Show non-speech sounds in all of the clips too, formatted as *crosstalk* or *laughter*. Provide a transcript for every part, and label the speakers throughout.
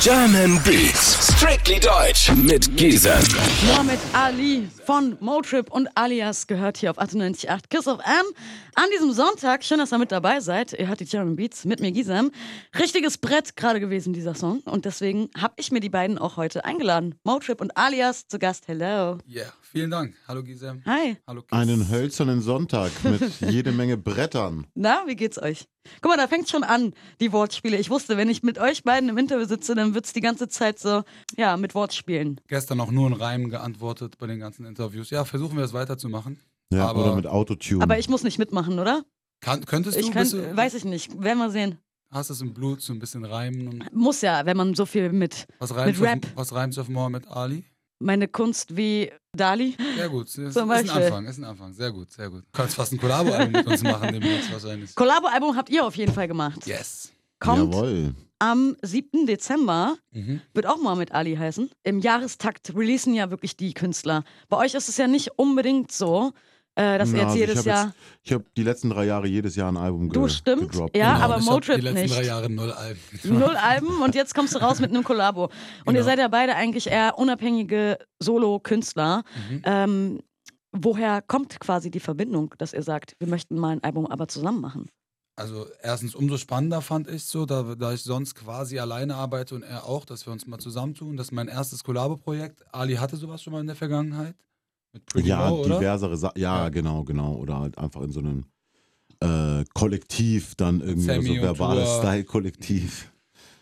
Speaker 1: German Beats, strictly deutsch mit Giesen.
Speaker 2: Mohamed Ali von Motrip und Alias gehört hier auf 98.8 Kiss of M. An diesem Sonntag, schön, dass ihr mit dabei seid. Ihr hört die German Beats mit mir, Gisem. Richtiges Brett gerade gewesen, dieser Song. Und deswegen habe ich mir die beiden auch heute eingeladen. Motrip und Alias zu Gast. Hello.
Speaker 3: Ja, yeah. vielen Dank. Hallo Gisem.
Speaker 2: Hi.
Speaker 3: Hallo Kiss.
Speaker 4: Einen hölzernen Sonntag
Speaker 2: *laughs*
Speaker 4: mit jede Menge Brettern.
Speaker 2: Na, wie geht's euch? Guck mal, da fängt schon an, die Wortspiele. Ich wusste, wenn ich mit euch beiden im Interview sitze, dann wird's die ganze Zeit so, ja, mit Wortspielen.
Speaker 3: Gestern auch nur in Reimen geantwortet bei den ganzen Interviews. Ja, versuchen wir es weiterzumachen.
Speaker 4: Ja,
Speaker 3: aber
Speaker 4: oder mit Autotune.
Speaker 2: Aber ich muss nicht mitmachen, oder?
Speaker 3: kann, könntest du,
Speaker 2: Ich
Speaker 3: bist
Speaker 2: kann,
Speaker 3: du
Speaker 2: weiß ich nicht. Werden wir sehen.
Speaker 3: hast es im Blut, so ein bisschen Reimen und
Speaker 2: Muss ja, wenn man so viel mit
Speaker 3: was reimt,
Speaker 2: Rap.
Speaker 3: Auf, was reimt auf Mohammed Ali?
Speaker 2: meine Kunst wie Dali.
Speaker 3: Sehr gut. Ist, ist
Speaker 2: Zum
Speaker 3: ein
Speaker 2: Beispiel.
Speaker 3: Anfang, ist ein Anfang. Sehr gut, sehr gut. Du kannst fast ein Kollabo-Album mit
Speaker 2: *laughs*
Speaker 3: uns machen, demnächst wahrscheinlich.
Speaker 2: Kollabo-Album habt ihr auf jeden Fall gemacht.
Speaker 3: Yes.
Speaker 2: Kommt
Speaker 4: Jawohl.
Speaker 2: am 7. Dezember,
Speaker 3: Mhm.
Speaker 2: wird auch Mohammed Ali heißen. Im Jahrestakt releasen ja wirklich die Künstler. Bei euch ist es ja nicht unbedingt so, äh, dass ihr
Speaker 4: Na,
Speaker 2: jetzt
Speaker 4: also
Speaker 2: jedes
Speaker 4: ich hab
Speaker 2: Jahr.
Speaker 4: Jetzt, ich habe die letzten drei Jahre jedes Jahr ein Album ge
Speaker 2: du stimmt,
Speaker 4: gedroppt.
Speaker 2: ja,
Speaker 3: Genau,
Speaker 2: aber
Speaker 3: ich hab Die
Speaker 2: Motrip
Speaker 3: letzten drei
Speaker 2: nicht.
Speaker 3: Jahre null Alben.
Speaker 2: Null Alben und jetzt kommst du raus mit einem Kollabo. Und ihr
Speaker 3: Genau.
Speaker 2: seid ja beide eigentlich eher unabhängige Solo-Künstler.
Speaker 3: Mhm.
Speaker 2: Ähm, woher kommt quasi die Verbindung, dass ihr sagt, wir möchten mal ein Album aber zusammen machen?
Speaker 3: Also erstens umso spannender fand ich so, da, da ich sonst quasi alleine arbeite und er auch, dass wir uns mal zusammentun. Das ist mein erstes Kollabo-Projekt. Ali hatte sowas schon mal in der Vergangenheit. Mit Pretty
Speaker 4: Ja,
Speaker 3: Bow, oder?
Speaker 4: diversere Sachen. Ja,
Speaker 3: Ja.
Speaker 4: genau, genau. Oder halt einfach in so einem äh, Kollektiv dann irgendwie
Speaker 3: Sammy
Speaker 4: so
Speaker 3: und
Speaker 4: verbales
Speaker 3: Tua.
Speaker 4: Style-Kollektiv.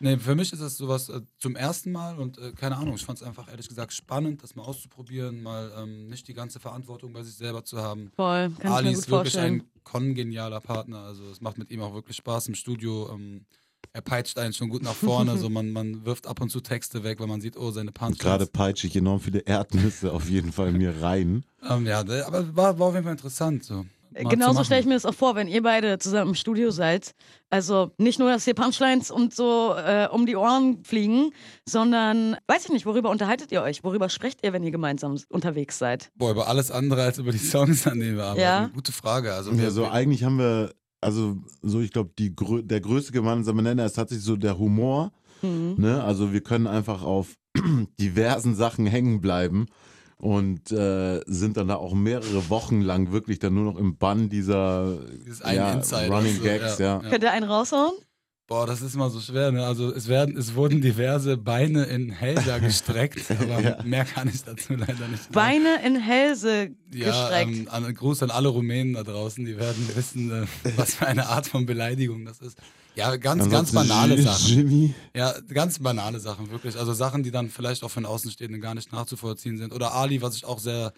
Speaker 3: Nee, für mich ist das sowas äh, zum ersten Mal und äh, keine Ahnung, ich fand es einfach ehrlich gesagt spannend, das mal auszuprobieren, mal ähm, nicht die ganze Verantwortung bei sich selber zu haben.
Speaker 2: Voll, kann
Speaker 3: Ali
Speaker 2: ich mir gut
Speaker 3: ist wirklich
Speaker 2: vorstellen.
Speaker 3: ein kongenialer Partner, also es macht mit ihm auch wirklich Spaß im Studio. Ähm, er peitscht einen schon gut
Speaker 2: *laughs*
Speaker 3: nach vorne, so man, man wirft ab und zu Texte weg, weil man sieht, oh, seine
Speaker 4: Und
Speaker 3: Punchlines.
Speaker 4: gerade peitsche ich enorm viele Erdnüsse auf jeden Fall mir rein.
Speaker 3: Ähm, ja, da- aber war, war auf jeden Fall interessant. So. Mal zu
Speaker 2: Äh, Genauso
Speaker 3: machen.
Speaker 2: stelle ich mir das auch vor, wenn ihr beide zusammen im Studio seid. Also nicht nur, dass ihr Punchlines und so äh, um die Ohren fliegen, sondern weiß ich nicht, worüber unterhaltet ihr euch? Worüber sprecht ihr, wenn ihr gemeinsam s- unterwegs seid?
Speaker 3: Boah, über alles andere als über die Songs, an denen wir arbeiten.
Speaker 2: Ja.
Speaker 3: Gute Frage. Also, wir-
Speaker 4: Ja, so eigentlich haben wir, also so ich glaube, die grö der größte gemeinsame Nenner ist tatsächlich so der Humor.
Speaker 2: Mhm.
Speaker 4: Ne? Also wir können einfach auf *clears throat* diversen Sachen hängen bleiben und äh, sind dann da auch mehrere Wochen lang wirklich dann nur noch im Bann dieser
Speaker 3: dieses eine
Speaker 4: ja,
Speaker 3: Insider.
Speaker 4: Running
Speaker 3: so,
Speaker 4: Gags, ja.
Speaker 2: Könnt ihr einen raushauen?
Speaker 3: Boah, das ist immer so schwer. Ne? Also es, werden, es wurden diverse Beine in Helga
Speaker 4: *laughs*
Speaker 3: gestreckt, aber
Speaker 4: Ja.
Speaker 3: mehr kann ich dazu leider nicht sagen.
Speaker 2: Beine in Hälse
Speaker 3: ja,
Speaker 2: gestreckt.
Speaker 3: ähm, an, Gruß an alle Rumänen da draußen, die werden wissen, äh, was für eine Art von Beleidigung das ist. Ja, ganz, ganz
Speaker 4: Ansonsten
Speaker 3: banale
Speaker 4: Jimmy-
Speaker 3: Sachen.
Speaker 4: Jimmy.
Speaker 3: Ja, ganz banale Sachen, wirklich. Also Sachen, die dann vielleicht auch für einen Außenstehenden gar nicht nachzuvollziehen sind. Oder Ali, was ich auch sehr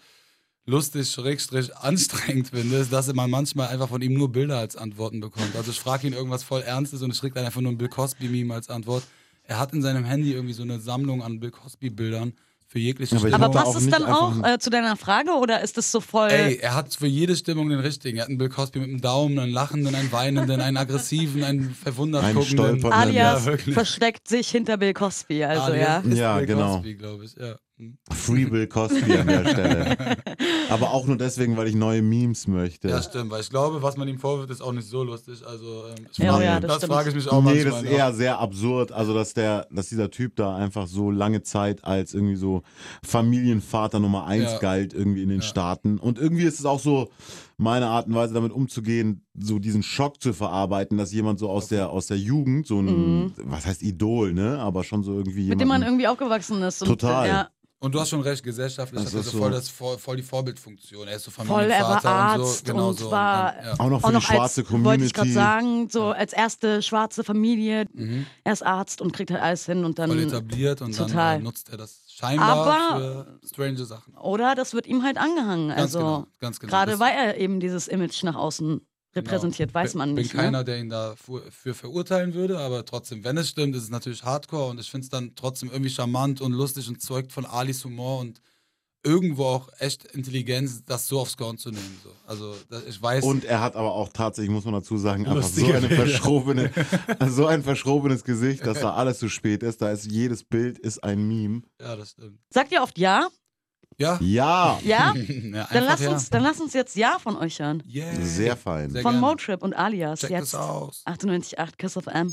Speaker 3: lustig, schrägstrich anstrengend finde, ist, dass man manchmal einfach von ihm nur Bilder als Antworten bekommt. Also ich frage ihn irgendwas voll Ernstes und es schickt dann einfach nur ein Bill Cosby-Meme als Antwort. Er hat in seinem Handy irgendwie so eine Sammlung an Bill Cosby-Bildern für jegliche
Speaker 4: Aber ich
Speaker 2: Aber
Speaker 4: Humor
Speaker 2: passt
Speaker 4: auch
Speaker 2: es
Speaker 4: nicht
Speaker 2: dann
Speaker 4: einfach
Speaker 2: auch
Speaker 4: ein-
Speaker 2: äh, zu deiner Frage oder ist das so voll?
Speaker 3: genau. Ey, er hat für jede Stimmung den richtigen. Er hat einen Bill Cosby mit einem Daumen, einen lachenden, einen weinenden, einen aggressiven, einen verwundert
Speaker 4: Einen
Speaker 3: guckenden.
Speaker 4: stolpernden.
Speaker 2: Alias
Speaker 3: Ja, wirklich.
Speaker 2: versteckt sich hinter Bill Cosby, also ja.
Speaker 3: Alias ist
Speaker 4: Ja,
Speaker 3: Bill
Speaker 4: genau.
Speaker 3: Cosby, glaube ich. Ja. Hm.
Speaker 4: Free Bill Cosby an der
Speaker 3: *laughs*
Speaker 4: Stelle. Aber auch nur deswegen, weil ich neue Memes möchte.
Speaker 3: Ja, stimmt, weil ich glaube, was man ihm vorwirft, ist auch nicht so lustig. Also, ähm, ich
Speaker 2: Ja,
Speaker 3: frage-
Speaker 2: ja, das
Speaker 3: das
Speaker 2: stimmt.
Speaker 3: frage ich mich auch
Speaker 4: nee, das
Speaker 3: manchmal.
Speaker 4: ist
Speaker 3: ne?
Speaker 4: eher sehr absurd. Also, dass der, dass dieser Typ da einfach so lange Zeit als irgendwie so Familienvater Nummer eins
Speaker 3: Ja.
Speaker 4: galt, irgendwie in den
Speaker 3: Ja.
Speaker 4: Staaten. Und irgendwie ist es auch so meine Art und Weise, damit umzugehen, so diesen Schock zu verarbeiten, dass jemand so aus der, aus der Jugend, so ein,
Speaker 2: Mhm.
Speaker 4: was heißt Idol, ne? Aber schon so irgendwie jemand.
Speaker 2: mit dem man irgendwie aufgewachsen ist. und,
Speaker 4: Total.
Speaker 2: Ja,
Speaker 3: Und du hast schon recht, gesellschaftlich
Speaker 4: Das
Speaker 3: hat er
Speaker 4: ist
Speaker 3: so voll,
Speaker 4: so.
Speaker 3: das, voll, voll die Vorbildfunktion. Er ist so
Speaker 2: Voll, er war
Speaker 3: Familienvater und so.
Speaker 2: Arzt
Speaker 3: Genau
Speaker 2: und
Speaker 3: so.
Speaker 2: war-
Speaker 3: dann, ja.
Speaker 4: auch noch für
Speaker 2: auch
Speaker 4: die
Speaker 2: noch
Speaker 4: schwarze
Speaker 2: als, wollte
Speaker 4: Community.
Speaker 2: ich gerade sagen, so als erste schwarze Familie.
Speaker 3: Mhm.
Speaker 2: Er ist Arzt und kriegt halt alles hin und
Speaker 3: Voll
Speaker 2: dann.
Speaker 3: etabliert und
Speaker 2: Total.
Speaker 3: dann äh, nutzt er das scheinbar
Speaker 2: Aber-
Speaker 3: für strange Sachen.
Speaker 2: Oder das wird ihm halt angehangen.
Speaker 3: Ganz
Speaker 2: also
Speaker 3: genau, ganz genau.
Speaker 2: gerade
Speaker 3: Das- Genau.
Speaker 2: weil er eben dieses Image nach außen repräsentiert, weiß
Speaker 3: Bin-
Speaker 2: man nicht.
Speaker 3: bin keiner,
Speaker 2: ne?
Speaker 3: der ihn dafür für verurteilen würde, aber trotzdem, wenn es stimmt, ist es natürlich hardcore und ich finde es dann trotzdem irgendwie charmant und lustig und zeugt von Alis Humor und irgendwo auch echt Intelligenz, das so aufs Korn zu nehmen. So. Also da- ich weiß,
Speaker 4: Und er hat aber auch tatsächlich, muss man dazu sagen, einfach so,
Speaker 3: Lustige
Speaker 4: eine
Speaker 3: Bilder. *laughs*
Speaker 4: verschrobene, so ein verschrobenes Gesicht, dass da alles zu spät ist. Da ist jedes Bild ist ein Meme.
Speaker 3: ja, das stimmt.
Speaker 2: Sagt ihr oft Ja?
Speaker 3: Ja, *laughs*
Speaker 4: Ja,
Speaker 2: Ja?
Speaker 3: ja
Speaker 2: dann,
Speaker 3: einfach
Speaker 2: lasst uns, dann lasst uns jetzt Ja von euch hören.
Speaker 3: Yeah.
Speaker 4: sehr fein.
Speaker 3: Sehr
Speaker 2: Von
Speaker 3: gerne.
Speaker 2: Motrip und Alias.
Speaker 3: Check
Speaker 2: jetzt.
Speaker 3: das aus.
Speaker 2: 98.8 Kiss of M.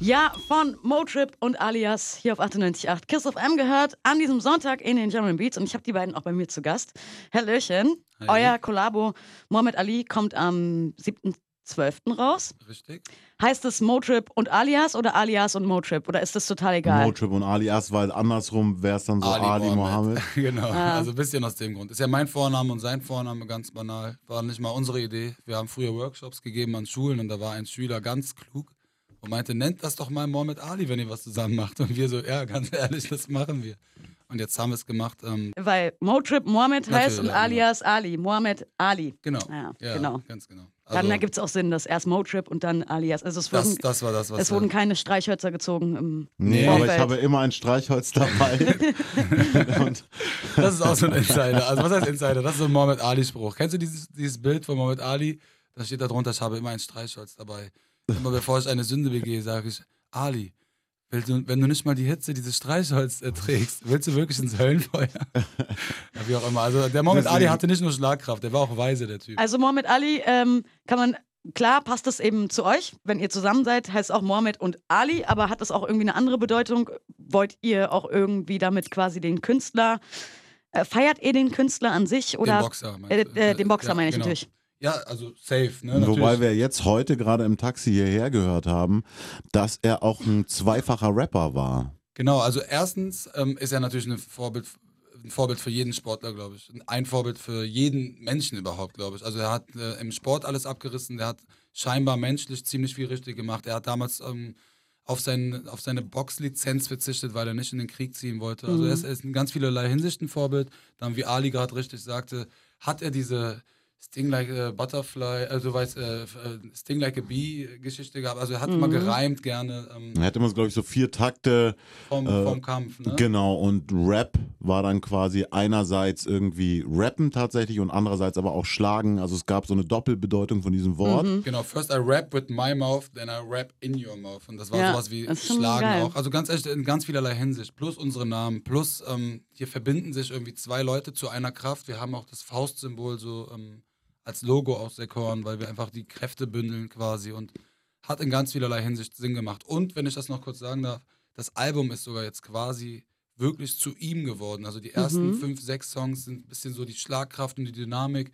Speaker 2: Ja, von Motrip und Alias hier auf 98.8 Kiss of M gehört an diesem Sonntag in den German Beats und ich habe die beiden auch bei mir zu Gast. Hallöchen,
Speaker 3: Hi.
Speaker 2: euer Kollabo Mohammed Ali kommt am 7.12. raus.
Speaker 3: Richtig?
Speaker 2: Heißt es Motrip und Alias oder Alias und Motrip oder ist das total egal?
Speaker 4: Motrip und Ali erst, weil andersrum wäre es dann so Ali, Mohammed.
Speaker 3: *laughs* genau,
Speaker 2: Ah.
Speaker 3: also ein bisschen aus dem Grund. Ist ja mein Vorname und sein Vorname ganz banal. War nicht mal unsere Idee. Wir haben früher Workshops gegeben an Schulen und da war ein Schüler ganz klug und meinte, nennt das doch mal Mohammed Ali, wenn ihr was zusammen macht. Und wir so, ja, ganz ehrlich, das machen wir. Und jetzt haben wir es gemacht. Ähm,
Speaker 2: Weil Motrip Mohammed heißt
Speaker 3: Natürlich,
Speaker 2: und
Speaker 3: ja.
Speaker 2: Alias Ali, Mohammed Ali.
Speaker 3: genau.
Speaker 2: Ja, genau.
Speaker 3: Ganz genau.
Speaker 2: dann ergibt es auch Sinn, dass erst Motrip und dann Alias. Also es
Speaker 3: das,
Speaker 2: wurden,
Speaker 3: das war das, was
Speaker 2: es
Speaker 3: wir-
Speaker 2: wurden keine Streichhölzer gezogen im
Speaker 4: Nee, aber ich
Speaker 2: Vorfeld.
Speaker 4: habe immer ein Streichholz *laughs* dabei. und
Speaker 3: Das ist auch so ein Insider. Also was heißt Insider? Das ist so ein Mohammed Ali-Spruch. Kennst du dieses, dieses Bild von Mohammed Ali? Da steht da drunter, ich habe immer ein Streichholz dabei. Immer bevor ich eine Sünde begehe, sage ich, Ali, willst du, wenn du nicht mal die Hitze dieses Streichholz erträgst, willst du wirklich ins Höllenfeuer? Ja, wie auch immer. Also der Mohammed Ali
Speaker 4: Deswegen-
Speaker 3: hatte nicht nur Schlagkraft, der war auch weise, der Typ.
Speaker 2: Also Mohammed Ali ähm, kann man, klar passt das eben zu euch, wenn ihr zusammen seid, heißt es auch Mohammed und Ali, aber hat das auch irgendwie eine andere Bedeutung? Wollt ihr auch irgendwie damit quasi den Künstler, äh, feiert ihr den Künstler an sich oder
Speaker 3: den Boxer,
Speaker 2: äh,
Speaker 3: meinst du?
Speaker 2: äh, den Boxer
Speaker 3: Ja,
Speaker 2: meine ich
Speaker 3: genau.
Speaker 2: natürlich.
Speaker 3: Ja, also safe, ne?
Speaker 4: Wobei
Speaker 3: natürlich.
Speaker 4: wir jetzt heute gerade im Taxi hierher gehört haben, dass er auch ein zweifacher Rapper war.
Speaker 3: Genau, also erstens ähm, ist er natürlich ein Vorbild, ein Vorbild für jeden Sportler, glaube ich. Ein Vorbild für jeden Menschen überhaupt, glaube ich. Also er hat äh, im Sport alles abgerissen, er hat scheinbar menschlich ziemlich viel richtig gemacht. Er hat damals ähm, auf, seinen, auf seine Boxlizenz verzichtet, weil er nicht in den Krieg ziehen wollte. Also er ist, er ist in ganz vielerlei Hinsicht ein Vorbild. Dann, wie Ali gerade richtig sagte, hat er diese Sting Like a Butterfly, also du weißt, äh, f- äh, Sting Like a Bee-Geschichte gehabt. Also er hat immer gereimt gerne ähm,
Speaker 4: Er hatte immer, glaube ich, so vier Takte.
Speaker 3: vom,
Speaker 4: Äh,
Speaker 3: vom Kampf. Ne?
Speaker 4: Genau, und Rap war dann quasi einerseits irgendwie rappen tatsächlich und andererseits aber auch schlagen. Also es gab so eine Doppelbedeutung von diesem Wort.
Speaker 2: Mhm.
Speaker 3: Genau, first I rap with my mouth, then I rap in your mouth. Und das war
Speaker 2: Ja,
Speaker 3: sowas wie
Speaker 2: das ist schon
Speaker 3: Schlagen
Speaker 2: geil.
Speaker 3: auch. Also ganz echt in ganz vielerlei Hinsicht. Plus unsere Namen, plus ähm, hier verbinden sich irgendwie zwei Leute zu einer Kraft. Wir haben auch das Faustsymbol so ähm, als Logo auserkoren, weil wir einfach die Kräfte bündeln quasi und hat in ganz vielerlei Hinsicht Sinn gemacht. Und wenn ich das noch kurz sagen darf, das Album ist sogar jetzt quasi wirklich zu ihm geworden. Also die
Speaker 2: Mhm.
Speaker 3: ersten fünf, sechs Songs sind ein bisschen so die Schlagkraft und die Dynamik.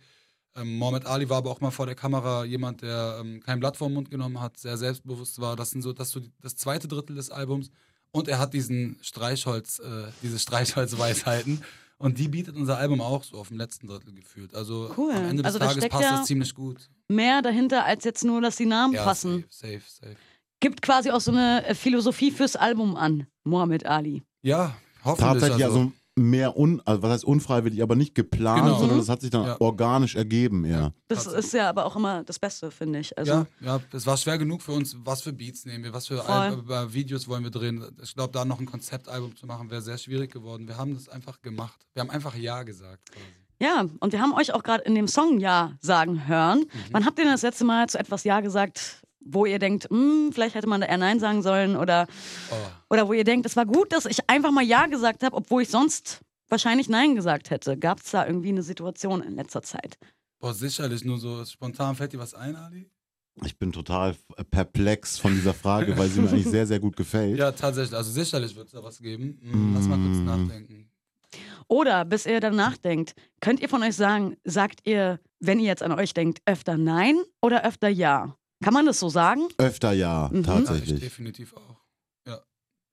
Speaker 3: Ähm, Mohammed Ali war aber auch mal vor der Kamera jemand, der ähm, kein Blatt vor den Mund genommen hat, sehr selbstbewusst war. Das sind so, das, so die, das zweite Drittel des Albums. Und er hat diesen Streichholz, äh, diese Streichholzweisheiten. Und die bietet unser Album auch so auf dem letzten Drittel gefühlt. Also
Speaker 2: Cool.
Speaker 3: am Ende des
Speaker 2: Also da
Speaker 3: Tages
Speaker 2: steckt
Speaker 3: passt
Speaker 2: ja
Speaker 3: das ziemlich gut.
Speaker 2: Mehr dahinter als jetzt nur, dass die Namen
Speaker 3: Ja,
Speaker 2: passen.
Speaker 3: Safe, safe, safe.
Speaker 2: Gibt quasi auch so eine äh, Philosophie fürs Album an, Mohammed Ali.
Speaker 3: Ja, hoffentlich.
Speaker 4: Tatsächlich
Speaker 3: also.
Speaker 4: also mehr un, also was heißt unfreiwillig, aber nicht geplant,
Speaker 3: Genau.
Speaker 4: sondern das hat sich dann
Speaker 3: Ja.
Speaker 4: organisch ergeben eher.
Speaker 2: Das
Speaker 3: Tatsache.
Speaker 2: ist ja aber auch immer das Beste, finde ich. Also
Speaker 3: ja, ja, es war schwer genug für uns, was für Beats nehmen wir, was für
Speaker 2: Voll.
Speaker 3: Al- äh, Videos wollen wir drehen. Ich glaube, da noch ein Konzeptalbum zu machen, wäre sehr schwierig geworden. Wir haben das einfach gemacht. Wir haben einfach Ja gesagt. Quasi.
Speaker 2: Ja, und wir haben euch auch gerade in dem Song Ja sagen hören.
Speaker 3: Mhm.
Speaker 2: Wann habt ihr denn das letzte Mal zu etwas Ja gesagt, wo ihr denkt, "Hm, vielleicht hätte man da eher Nein sagen sollen oder,
Speaker 3: Oh.
Speaker 2: oder wo ihr denkt, es war gut, dass ich einfach mal Ja gesagt habe, obwohl ich sonst wahrscheinlich Nein gesagt hätte? Gab es da irgendwie eine Situation in letzter Zeit?
Speaker 3: Boah, sicherlich, nur so spontan fällt dir was ein, Ali?
Speaker 4: Ich bin total äh, perplex von dieser Frage, weil sie mir eigentlich sehr, sehr gut gefällt.
Speaker 3: Ja, tatsächlich. Also sicherlich wird es da was geben. Hm, Lass mal kurz
Speaker 4: Mm.
Speaker 3: nachdenken.
Speaker 2: Oder bis ihr dann nachdenkt, könnt ihr von euch sagen, sagt ihr, wenn ihr jetzt an euch denkt, öfter Nein oder öfter Ja? Kann man das so sagen?
Speaker 4: Öfter ja,
Speaker 2: Mhm.
Speaker 3: Ja,
Speaker 4: tatsächlich.
Speaker 3: ich definitiv auch. Ja.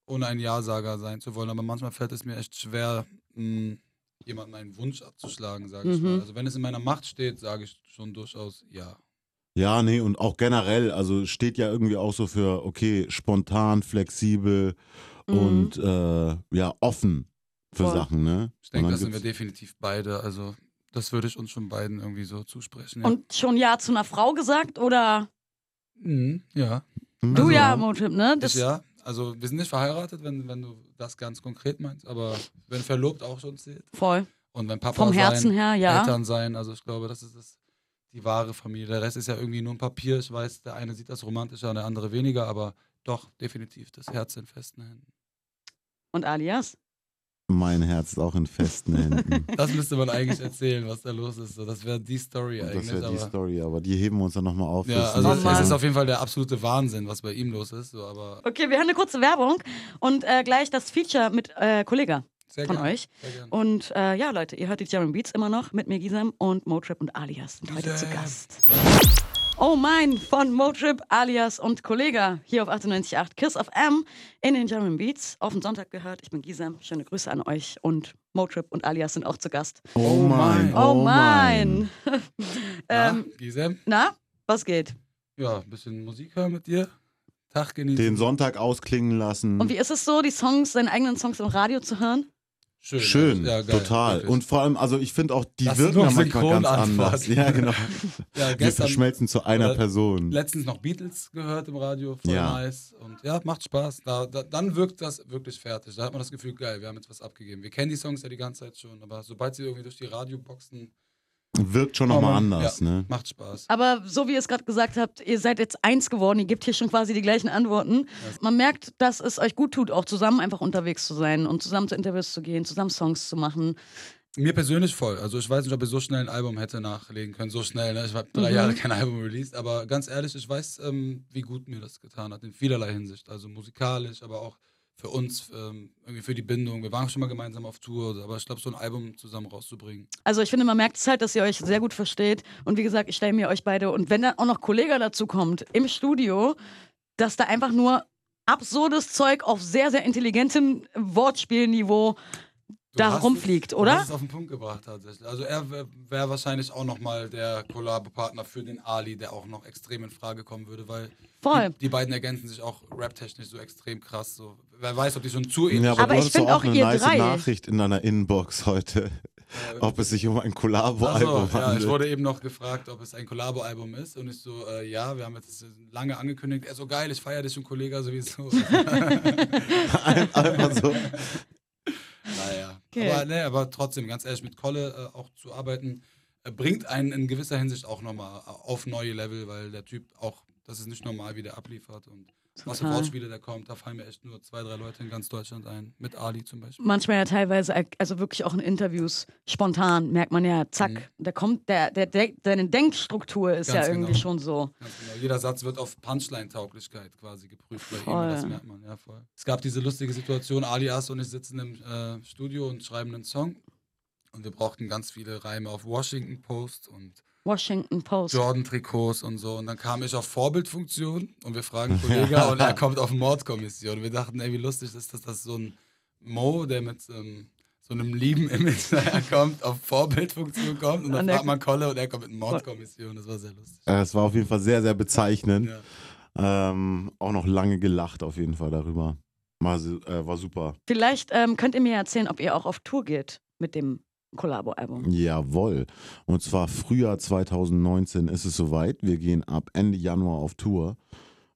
Speaker 3: Ohne ein Ja-Sager sein zu wollen. Aber manchmal fällt es mir echt schwer, mh, jemandem einen Wunsch abzuschlagen, sage ich
Speaker 2: Mhm.
Speaker 3: mal. Also wenn es in meiner Macht steht, sage ich schon durchaus Ja.
Speaker 4: Ja, nee, und auch generell, also steht ja irgendwie auch so für, okay, spontan, flexibel
Speaker 2: Mhm.
Speaker 4: und äh, ja, offen für
Speaker 2: Voll.
Speaker 4: Sachen, ne?
Speaker 3: Ich denke,
Speaker 4: Und
Speaker 3: das
Speaker 4: dann
Speaker 3: sind wir
Speaker 4: gibt's-
Speaker 3: definitiv beide. Also das würde ich uns schon beiden irgendwie so zusprechen. Ja.
Speaker 2: Und schon Ja zu einer Frau gesagt oder
Speaker 3: Mhm, ja.
Speaker 2: du
Speaker 4: Also,
Speaker 2: ja, Motrip, ne?
Speaker 3: Ich, ja. Also wir sind nicht verheiratet, wenn, wenn du das ganz konkret meinst, aber wenn verlobt auch schon zählt.
Speaker 2: Voll.
Speaker 3: Und wenn Papa
Speaker 2: Vom Herzen
Speaker 3: sein,
Speaker 2: her, ja.
Speaker 3: Eltern sein, also ich glaube, das ist das, die wahre Familie. Der Rest ist ja irgendwie nur ein Papier. Ich weiß, der eine sieht das romantischer, der andere weniger, aber doch, definitiv das Herz in festen Händen.
Speaker 2: Und Alias?
Speaker 4: Mein Herz ist auch in festen
Speaker 3: *laughs*
Speaker 4: Händen.
Speaker 3: Das müsste man eigentlich erzählen, was da los ist. So, das wäre die Story
Speaker 4: Und
Speaker 3: eigentlich.
Speaker 4: das wäre die
Speaker 3: aber,
Speaker 4: Story, aber die heben wir uns dann nochmal auf.
Speaker 3: ja,
Speaker 4: fürs
Speaker 3: also
Speaker 4: nächste
Speaker 3: es
Speaker 2: Mann.
Speaker 3: ist
Speaker 4: Mal.
Speaker 3: auf jeden Fall der absolute Wahnsinn, was bei ihm los ist. So, aber
Speaker 2: Okay, wir haben eine kurze Werbung und äh, gleich das Feature mit äh, Kollega
Speaker 3: sehr
Speaker 2: von
Speaker 3: gerne,
Speaker 2: euch.
Speaker 3: Sehr gerne.
Speaker 2: Und äh, ja, Leute, ihr hört die German Beats immer noch mit mir, Gisem und Motrip und Alias sind heute zu
Speaker 3: Gisem.
Speaker 2: Gast. Oh mein, von Motrip, Alias und Kollega hier auf 98.8 Kiss of M in den German Beats. Auf den Sonntag gehört, ich bin Gisem, schöne Grüße an euch und Motrip und Alias sind auch zu Gast.
Speaker 4: Oh mein,
Speaker 2: Oh,
Speaker 4: oh mein.
Speaker 2: mein. *laughs* ähm,
Speaker 3: Na, Gisem,
Speaker 2: na, was geht?
Speaker 3: ja, ein bisschen Musik hören mit dir. Tag genießen.
Speaker 4: Den Sonntag ausklingen lassen.
Speaker 2: Und wie ist es so, die Songs, seine eigenen Songs im Radio zu hören?
Speaker 3: Schön,
Speaker 4: Schön,
Speaker 3: ja, geil,
Speaker 4: total.
Speaker 3: wirklich.
Speaker 4: Und vor allem, also ich finde auch, die
Speaker 3: Das sind
Speaker 4: wirken ja
Speaker 3: noch
Speaker 4: manchmal ganz anders.
Speaker 3: Synchronanfahrten.
Speaker 4: Ja,
Speaker 3: *laughs*
Speaker 4: genau.
Speaker 3: ja,
Speaker 4: Wir
Speaker 3: gestern
Speaker 4: verschmelzen zu einer
Speaker 3: oder-
Speaker 4: Person.
Speaker 3: letztens noch Beatles gehört im Radio, voll
Speaker 4: Ja.
Speaker 3: nice. Und ja, macht Spaß. Da, da, dann wirkt das wirklich fertig. Da hat man das Gefühl, geil, wir haben jetzt was abgegeben. Wir kennen die Songs ja die ganze Zeit schon, aber sobald sie irgendwie durch die Radioboxen.
Speaker 4: Wirkt schon nochmal
Speaker 3: kommen,
Speaker 4: anders,
Speaker 3: Oh ja,
Speaker 4: ne?
Speaker 3: Macht Spaß.
Speaker 2: Aber so wie ihr es gerade gesagt habt, ihr seid jetzt eins geworden, ihr gebt hier schon quasi die gleichen Antworten. Man merkt, dass es euch gut tut, auch zusammen einfach unterwegs zu sein und zusammen zu Interviews zu gehen, zusammen Songs zu machen.
Speaker 3: Mir persönlich voll. Also ich weiß nicht, ob ich so schnell ein Album hätte nachlegen können. So schnell, ne? Ich habe drei
Speaker 2: Mhm.
Speaker 3: Jahre kein Album released. Aber ganz ehrlich, ich weiß, ähm, wie gut mir das getan hat. In vielerlei Hinsicht. Also musikalisch, aber auch für uns, ähm, irgendwie für die Bindung. Wir waren schon mal gemeinsam auf Tour. Aber ich glaube, so ein Album zusammen rauszubringen.
Speaker 2: Also ich finde, man merkt es halt, dass ihr euch sehr gut versteht. Und wie gesagt, ich stelle mir euch beide und wenn dann auch noch Kollege dazu kommt im Studio, dass da einfach nur absurdes Zeug auf sehr, sehr intelligentem Wortspielniveau
Speaker 3: Du
Speaker 2: da
Speaker 3: hast es-
Speaker 2: rumfliegt,
Speaker 3: Du
Speaker 2: oder?
Speaker 3: hast es auf den Punkt gebracht tatsächlich. Also er wäre wär wahrscheinlich auch nochmal der Kollabopartner für den Ali, der auch noch extrem in Frage kommen würde, weil
Speaker 2: Voll.
Speaker 3: die, die beiden ergänzen sich auch raptechnisch so extrem krass. So. Wer weiß, ob die schon zu ähnlich
Speaker 4: Ja,
Speaker 2: aber
Speaker 4: du
Speaker 2: ich
Speaker 4: hattest doch
Speaker 2: find auch
Speaker 4: eine
Speaker 2: ihr
Speaker 4: nice
Speaker 2: drei-
Speaker 4: Nachricht in deiner Inbox heute, ob es sich um ein Kollabo-Album
Speaker 3: Also, ja, ich
Speaker 4: handelt. *laughs*
Speaker 3: wurde eben noch gefragt, ob es ein Kollabo-Album ist. Und ich so, äh, ja, wir haben jetzt lange angekündigt. Er so, geil, ich feiere dich und Kollege sowieso.
Speaker 4: Einfach so.
Speaker 3: Naja.
Speaker 2: Okay.
Speaker 3: Aber, nee, aber trotzdem, ganz ehrlich, mit Kolle äh, auch zu arbeiten, äh, bringt einen in gewisser Hinsicht auch nochmal auf neue Level, weil der Typ auch, das ist nicht normal, wie der abliefert und was für
Speaker 2: Total.
Speaker 3: Wortspiele der kommt. Da fallen mir echt nur zwei, drei Leute in ganz Deutschland ein. Mit Ali zum Beispiel.
Speaker 2: manchmal ja teilweise, also wirklich auch in Interviews, spontan merkt man ja, zack, da kommt der, der, der, deine Denkstruktur ist
Speaker 3: Mhm. Ganz
Speaker 2: ja irgendwie
Speaker 3: genau.
Speaker 2: schon so.
Speaker 3: Ganz genau. Jeder Satz wird auf Punchline-Tauglichkeit quasi geprüft bei ihm.
Speaker 2: Voll.
Speaker 3: und Das merkt man, ja voll. Es gab diese lustige Situation, Ali Ass und ich sitzen im äh, Studio und schreiben einen Song. Und wir brauchten ganz viele Reime auf Washington Post und
Speaker 2: Washington Post.
Speaker 3: Jordan-Trikots und so. Und dann kam ich auf Vorbildfunktion und wir fragen Kollege und er kommt auf Mordkommission. Und wir dachten, ey, wie lustig ist das, dass so ein Mo, der mit ähm, so einem lieben Image *laughs* kommt, auf Vorbildfunktion kommt und dann
Speaker 2: Und er-
Speaker 3: fragt man Kolle und er kommt mit Mordkommission. Das war sehr lustig.
Speaker 4: Äh, Es war auf jeden Fall sehr, sehr bezeichnend.
Speaker 3: Ja.
Speaker 4: Ähm, auch noch lange gelacht auf jeden Fall darüber. War, su- äh, war super.
Speaker 2: Vielleicht ähm, könnt ihr mir erzählen, ob ihr auch auf Tour geht mit dem Kollabo-Album.
Speaker 4: Jawohl. Und zwar Frühjahr 2019 ist es soweit. Wir gehen ab Ende Januar auf Tour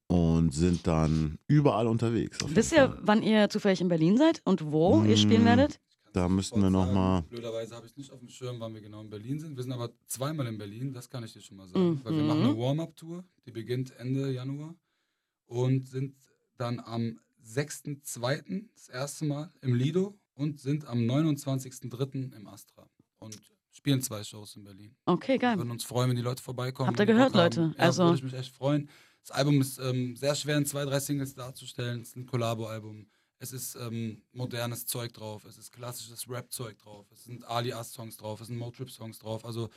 Speaker 4: und sind dann überall unterwegs. auf jeden
Speaker 2: Wisst ihr,
Speaker 4: Fall.
Speaker 2: wann ihr zufällig in Berlin seid und wo ihr spielen
Speaker 4: Mm.
Speaker 2: werdet?
Speaker 4: Da müssten wir
Speaker 3: Sofort sagen.
Speaker 4: noch mal-
Speaker 3: Blöderweise habe ich nicht auf dem Schirm, wann wir genau in Berlin sind. Wir sind aber zweimal in Berlin, das kann ich dir schon mal sagen. Weil wir
Speaker 2: Mhm.
Speaker 3: machen eine Warm-Up-Tour, die beginnt Ende Januar und sind dann am 6.2. das erste Mal im Lido und sind am 29.3. im Astra. Und spielen zwei Shows in Berlin.
Speaker 2: Okay,
Speaker 3: Wir
Speaker 2: geil.
Speaker 3: würden uns freuen, wenn die Leute vorbeikommen.
Speaker 2: Habt ihr
Speaker 3: wenn die
Speaker 2: gehört,
Speaker 3: Bock haben.
Speaker 2: Leute?
Speaker 3: Ja,
Speaker 2: Also-
Speaker 3: würde ich mich echt freuen. Das Album ist ähm, sehr schwer in zwei, drei Singles darzustellen. Es ist ein Kollabo-Album. Es ist ähm, modernes Zeug drauf. Es ist klassisches Rap-Zeug drauf. Es sind Ali-Ass-Songs drauf. Es sind Motrip-Songs drauf. Also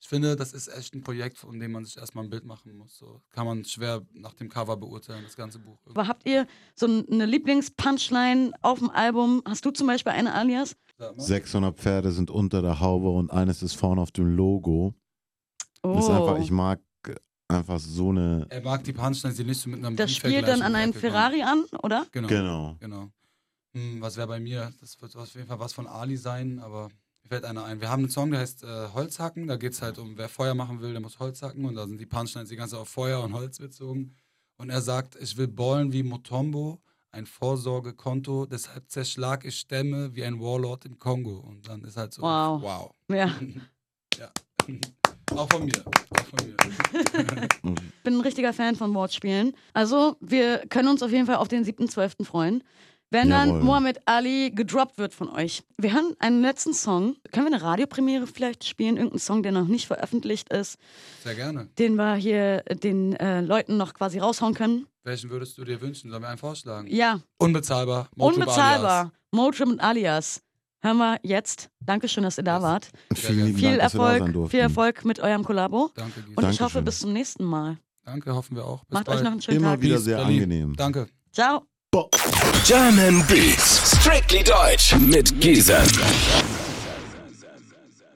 Speaker 3: ich finde, das ist echt ein Projekt, von dem man sich erstmal ein Bild machen muss. So kann man schwer nach dem Cover beurteilen, das ganze Buch.
Speaker 2: Aber habt ihr so n- eine Lieblings-Punchline auf dem Album? Hast du zum Beispiel eine Alias?
Speaker 3: Sag mal.
Speaker 4: 600 Pferde sind unter der Haube und eines ist vorne auf dem Logo. Das ist
Speaker 2: Oh.
Speaker 4: einfach, ich mag einfach so eine.
Speaker 3: Er mag die Punchlines, die nicht so mit einem
Speaker 2: das
Speaker 3: Beat
Speaker 2: spielt dann
Speaker 3: vergleichen,
Speaker 2: an
Speaker 3: um die
Speaker 2: einen
Speaker 3: Ecke kommen.
Speaker 2: Ferrari an, oder?
Speaker 3: Genau.
Speaker 4: Genau.
Speaker 3: Genau. Hm, was wäre bei mir? Das wird auf jeden Fall was von Ali sein, aber mir fällt einer ein. Wir haben einen Song, der heißt äh, Holzhacken. Da geht es halt um, wer Feuer machen will, der muss Holz hacken. Und da sind die Punchlines die ganze Zeit auf Feuer und Holz bezogen. Und er sagt, ich will ballen wie Motombo, ein Vorsorgekonto, deshalb zerschlag ich Stämme wie ein Warlord im Kongo. Und dann ist halt so,
Speaker 2: Wow.
Speaker 3: wow.
Speaker 2: Ja.
Speaker 3: Ja. Auch von mir. Auch von mir.
Speaker 2: bin ein richtiger Fan von Wortspielen. Also, wir können uns auf jeden Fall auf den 7.12. freuen. wenn dann
Speaker 4: Jawohl.
Speaker 2: Mohammed Ali gedroppt wird von euch. Wir hören einen letzten Song. Können wir eine Radiopremiere vielleicht spielen? Irgendeinen Song, der noch nicht veröffentlicht ist,
Speaker 3: Sehr gerne.
Speaker 2: den wir hier äh, den äh, Leuten noch quasi raushauen können?
Speaker 3: Welchen würdest du dir wünschen? Sollen wir einen vorschlagen?
Speaker 2: Ja,
Speaker 3: Unbezahlbar. Motrip
Speaker 2: unbezahlbar. Motrip und Alias. Hören wir jetzt. Dankeschön, dass ihr da
Speaker 3: Yes.
Speaker 2: wart.
Speaker 4: Und
Speaker 3: Sehr
Speaker 4: vielen lieben
Speaker 2: viel
Speaker 4: Dank, dass wir da sein
Speaker 2: Erfolg,
Speaker 4: durften.
Speaker 2: viel Erfolg mit eurem Kollabo.
Speaker 3: Alias. Danke,
Speaker 2: Und
Speaker 3: Gisa.
Speaker 2: ich hoffe,
Speaker 4: Dankeschön.
Speaker 2: bis zum nächsten Mal.
Speaker 3: Danke, hoffen wir auch. Bis
Speaker 2: Macht
Speaker 3: bald.
Speaker 2: euch noch einen schönen
Speaker 4: Immer
Speaker 2: Tag.
Speaker 4: wieder
Speaker 3: Peace,
Speaker 4: sehr
Speaker 3: Berlin.
Speaker 4: angenehm.
Speaker 3: Danke.
Speaker 2: Ciao.
Speaker 1: German Beats. Strictly Deutsch. Mit Gisem.